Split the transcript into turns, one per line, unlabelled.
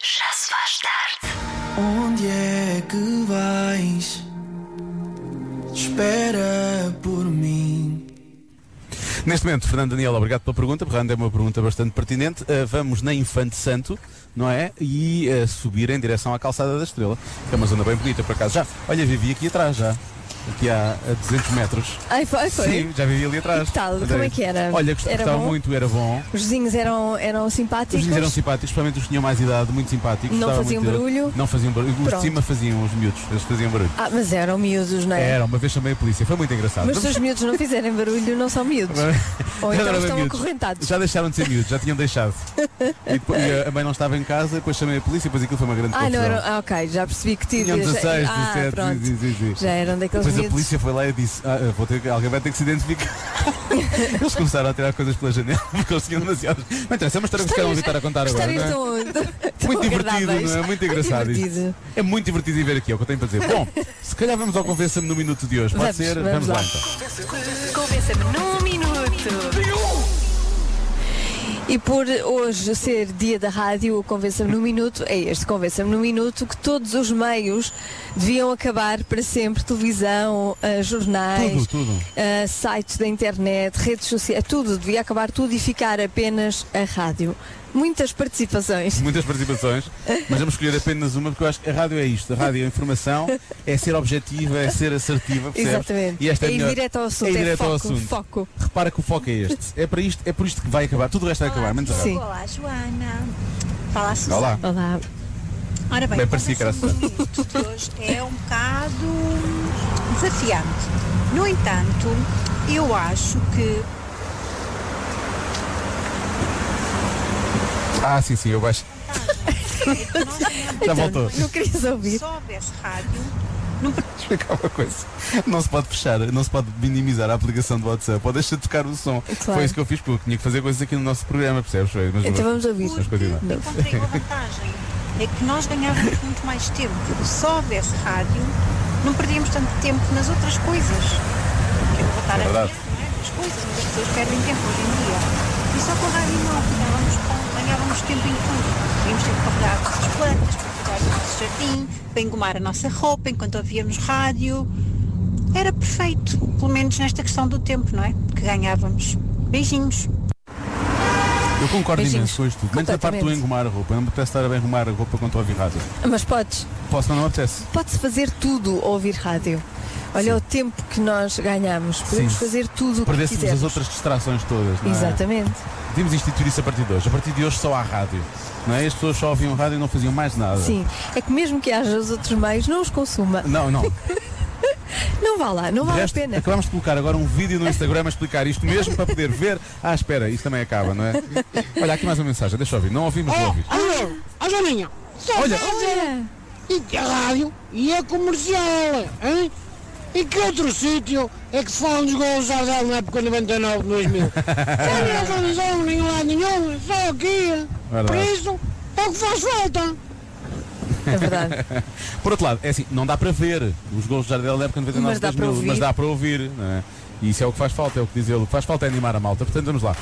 se faz tarde.
Onde é que vais? Espera por mim.
Neste momento, Fernando Daniel, obrigado pela pergunta. Fernando, é uma pergunta bastante pertinente. Ah, vamos na Infante Santo, não é? E ah, subir em direção à Calçada da Estrela, que é uma zona bem bonita, por acaso. Já, olha, vivi aqui atrás já. Aqui há a 200 metros.
Ai, foi, foi.
Sim, já vivi ali atrás.
E que tal?
Adorei.
Como é que era?
Olha, gost-
Era
gostava
bom?
muito, era bom.
Os vizinhos eram, eram
Os
simpáticos.
vizinhos eram simpáticos, principalmente os que tinham mais idade, muito simpáticos.
Não
gostava
faziam
muito deles.
barulho?
Não faziam barulho. Os de
Pronto.
cima faziam, os miúdos, eles faziam barulho.
Ah, mas eram miúdos, não é?
Era, uma vez chamei a polícia, foi muito engraçado.
Mas se os miúdos não fizerem barulho, não são miúdos. Ou
Já não
então
eram
estão
miúdos.
acorrentados.
Já deixaram de ser miúdos, já tinham deixado. E, depois, e a- a mãe não estava em casa, depois chamei a polícia, depois aquilo foi uma grande
Ah, não
confusão.
eram. Ah, ok, já percebi que tive.
Tinham 16,
ah,
17,
pronto.
sim, sim, sim.
Já eram daqueles
Depois a
miúdos.
polícia foi lá e disse, "Ah, eu vou ter, que- alguém vai ter que se identificar. Eles começaram a tirar coisas pela janela, porque eles tinham demasiados. Mas interessa, é uma história que vocês vão estar a contar agora.
Histórias
não é?
tão- tão
Muito divertido,
agradáveis.
não é? Muito
Ai,
engraçado isto.
divertido.
É muito divertido ir ver aqui, é o que eu tenho para dizer. Bom, se calhar vamos ao Convença-me no Minuto de hoje. Pode
Vamos,
ser?
vamos
lá.
lá.
então.
Convença-me num minuto.
E por hoje ser dia da rádio, o Convença-me no Minuto é este, Convença-me no Minuto, que todos os meios deviam acabar para sempre, televisão, ah, jornais,
Tudo, tudo.
ah, sites da internet, redes sociais, tudo, devia acabar tudo e ficar apenas a rádio. Muitas participações.
Muitas participações, mas vamos escolher apenas uma porque eu acho que a rádio é isto. A rádio é informação, é ser objetiva, é ser assertiva, percebes?
Exatamente.
E esta é
é ir
melhor.
direto ao assunto,
É ir
é,
direto
foco,
ao assunto.
foco.
Repara que o foco é este. É para isto, é por isto que vai acabar. Tudo o resto vai acabar, menos a rádio.
Sim.
Olá, Joana. Fala, Susana.
Olá.
Olá.
Ora bem,
Bem, parecia que era
começa um minuto de hoje é um bocado desafiante. No entanto, eu acho que
Ah, sim, sim, eu baixo.
é que nós
Já
Então,
voltou.
Não querias ouvir.
só houvesse rádio.
Explicar uma coisa. Não se pode fechar, não se pode minimizar a aplicação do WhatsApp ou deixa de tocar o som.
É Claro.
Foi isso que eu fiz porque eu tinha que fazer coisas aqui no nosso programa, percebes? Foi, mas-
Então vamos ouvir.
Mas continua.
Porque encontrei uma vantagem. É que nós ganhávamos muito mais tempo. Se houvesse rádio, não perdíamos tanto tempo nas outras coisas. Que eu vou
É
estar a ver, não
verdade.
é? As coisas, mas as pessoas perdem tempo hoje em dia. E só com a rádio não, ganhávamos, com- ganhávamos tempo em tudo. Tínhamos tempo para cuidar das nossas plantas, para cuidar do nosso jardim, para engomar a nossa roupa enquanto ouvíamos rádio. Era perfeito, pelo menos nesta questão do tempo, não é? Que ganhávamos. Beijinhos.
Eu concordo
Beijinhos.
imenso com isto tudo. Menos a parte do
Completamente.
engomar a roupa. Eu não me apetece estar a bem arrumar a roupa quando estou a ouvir rádio.
Mas podes.
Posso, mas não me apetece.
Pode-se fazer tudo ao ouvir rádio. Olha o tempo que nós ganhamos. Podemos
Sim.
fazer tudo o que
Perdêssemos as
quisermos.
outras distrações todas, não é?
Exatamente.
Devíamos instituir isso a partir de hoje. A partir de hoje só há rádio. Não é? As pessoas só ouviam rádio e não faziam mais nada.
Sim. É que mesmo que haja os outros meios, não os consuma.
Não, não.
Não vá lá, não
De
vale
resto,
a pena.
Acabamos de colocar agora um vídeo no Instagram a explicar isto mesmo para poder ver. Ah, espera, isto também acaba, não é? Olha, aqui mais uma mensagem, deixa eu ouvir. Não ouvimos,
Oh!
vou ouvir.
Alô, ó Joaninha, só
Olha,
Olha,
e que a rádio e é comercial, hein? E que outro sítio é que se fala nos gols de Ardal na época 99, 2000? Sem televisão, nem lá nenhum, só aqui.
Verdade.
Por isso, é o que faz falta.
é verdade.
Por outro lado, é assim, não dá para ver os gols de Jardel da época de 99
Mas dá para
2000,
ouvir.
mas dá para ouvir, não é? E isso é o que faz falta, é o que diz ele. O que faz falta é animar a malta. Portanto, vamos lá.